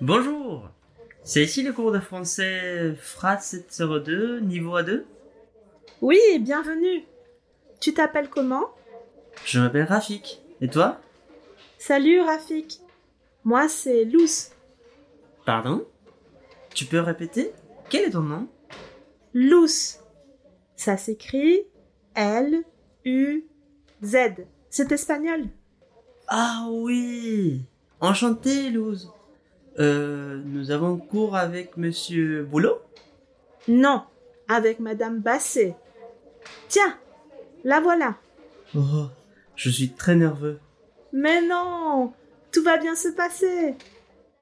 Bonjour C'est ici le cours de français FRA 702, niveau A2 Oui, bienvenue. Tu t'appelles comment Je m'appelle Rafik. Et toi Salut Rafik. Moi c'est Lous. Pardon Tu peux répéter Quel est ton nom Lous. Ça s'écrit L U Z. C'est espagnol. Ah oui Enchanté, Luz Euh, nous avons cours avec Monsieur Boulot Non, avec madame Basset. Tiens, la voilà. Oh, je suis très nerveux. Mais non, tout va bien se passer.